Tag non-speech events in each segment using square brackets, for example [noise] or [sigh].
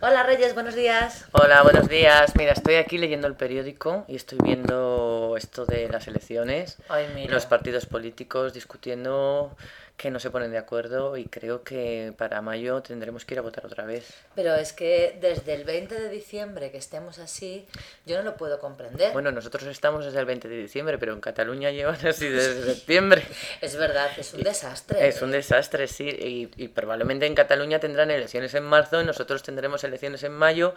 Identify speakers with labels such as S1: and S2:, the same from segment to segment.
S1: Hola Reyes, buenos días.
S2: Hola, buenos días. Mira, estoy aquí leyendo el periódico y estoy viendo esto de las elecciones,
S1: Ay, mira.
S2: los partidos políticos discutiendo que no se ponen de acuerdo y creo que para mayo tendremos que ir a votar otra vez.
S1: Pero es que desde el 20 de diciembre que estemos así, yo no lo puedo comprender.
S2: Bueno, nosotros estamos desde el 20 de diciembre, pero en Cataluña llevan así desde septiembre.
S1: es verdad, es un desastre.
S2: Es un desastre, sí, y, y probablemente en Cataluña tendrán elecciones en marzo, nosotros tendremos elecciones en mayo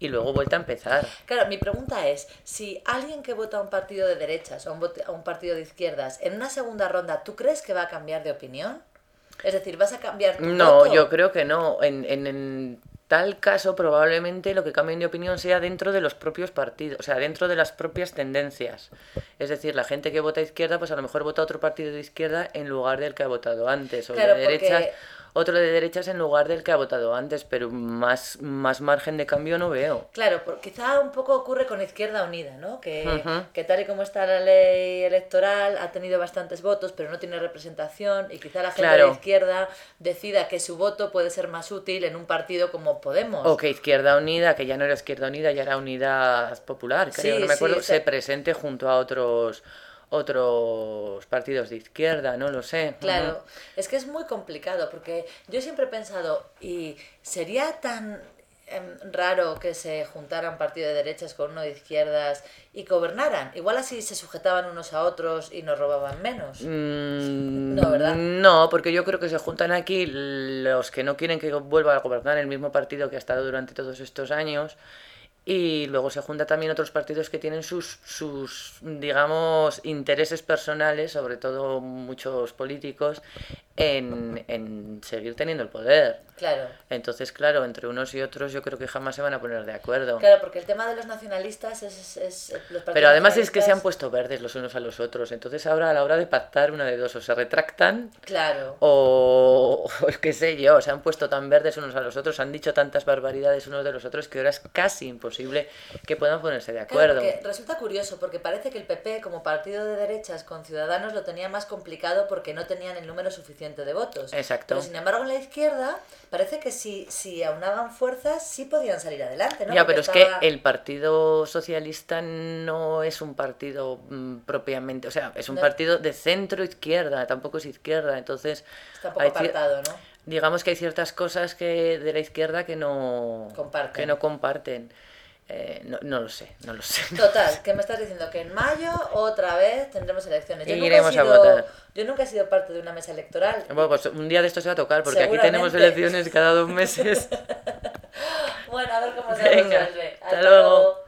S2: y luego vuelta a empezar.
S1: Claro, mi pregunta es, si alguien que vota a un partido de derechas o a un vote- a un partido de izquierdas en una segunda ronda, ¿tú crees que va a cambiar de opinión? Es decir, ¿vas a cambiar tu
S2: No,
S1: voto?
S2: yo creo que no. En, en- en tal caso, probablemente lo que cambien de opinión sea dentro de los propios partidos, o sea, dentro de las propias tendencias. Es decir, la gente que vota a izquierda, pues a lo mejor vota otro partido de izquierda en lugar del que ha votado antes, o
S1: Claro,
S2: de
S1: porque-
S2: derechas, otro de derechas en lugar del que ha votado antes, pero más, más margen de cambio no veo.
S1: Claro, por- quizá un poco ocurre con Izquierda Unida, ¿no? Que,
S2: Ujú.
S1: que tal y como está la ley electoral ha tenido bastantes votos, pero no tiene representación y quizá la gente de
S2: Claro.
S1: la izquierda decida que su voto puede ser más útil en un partido como Podemos.
S2: O que Izquierda Unida, que ya no era Izquierda Unida, ya era Unidad Popular, creo,
S1: Sí,
S2: no me
S1: sí,
S2: acuerdo,
S1: se-
S2: se presente junto a otros otros partidos de izquierda, no lo sé.
S1: Claro,
S2: Ujú.
S1: es que es muy complicado porque yo siempre he pensado, y sería tan em, raro que se juntaran partido de derechas con uno de izquierdas y gobernaran. Igual así se sujetaban unos a otros y nos robaban menos.
S2: Mm,
S1: No, ¿verdad?
S2: No, porque yo creo que se juntan aquí los que no quieren que vuelva a gobernar el mismo partido que ha estado durante todos estos años y luego se juntan también otros partidos que tienen sus, sus digamos, intereses personales, sobre todo muchos políticos, en, en seguir teniendo el poder.
S1: Claro.
S2: Entonces, claro, entre unos y otros yo creo que jamás se van a poner de acuerdo.
S1: Claro, porque el tema de los nacionalistas es... es- es- los partidos
S2: Pero además es que se han
S1: nacionalistas-
S2: puesto verdes los unos a los otros. Entonces ahora a la hora de pactar una de dos o se retractan
S1: Claro.
S2: o, o qué sé yo, se han puesto tan verdes unos a los otros, han dicho tantas barbaridades unos de los otros que ahora es casi imposible que puedan ponerse de
S1: Claro,
S2: acuerdo.
S1: porque resulta curioso, porque parece que el PP como partido de derechas con Ciudadanos lo tenía más complicado porque no tenían el número suficiente de votos.
S2: Exacto.
S1: Pero sin embargo en la izquierda parece que si, si aunaban fuerzas sí podían salir adelante, ¿no?
S2: Ya,
S1: Porque
S2: pero es
S1: estaba-
S2: que el Partido Socialista no es un partido mm, propiamente, o sea, es un
S1: No.
S2: partido de centro izquierda, tampoco es izquierda, entonces
S1: Está un poco
S2: hay cier-
S1: apartado, ¿no?
S2: digamos que hay ciertas cosas que de la izquierda que no
S1: Comparten.
S2: que no comparten. Eh, no, no lo sé, no lo sé. [laughs]
S1: Total, que me estás diciendo que en mayo otra vez tendremos elecciones. Yo
S2: Y
S1: nunca he
S2: iremos a
S1: sido-
S2: votar.
S1: Yo nunca he sido parte de una mesa electoral.
S2: Bueno, pues un día de esto se va a tocar, porque aquí tenemos
S1: Seguramente. [laughs]
S2: elecciones cada dos meses.
S1: Bueno, a ver cómo se
S2: Venga,
S1: resuelve.
S2: hasta luego.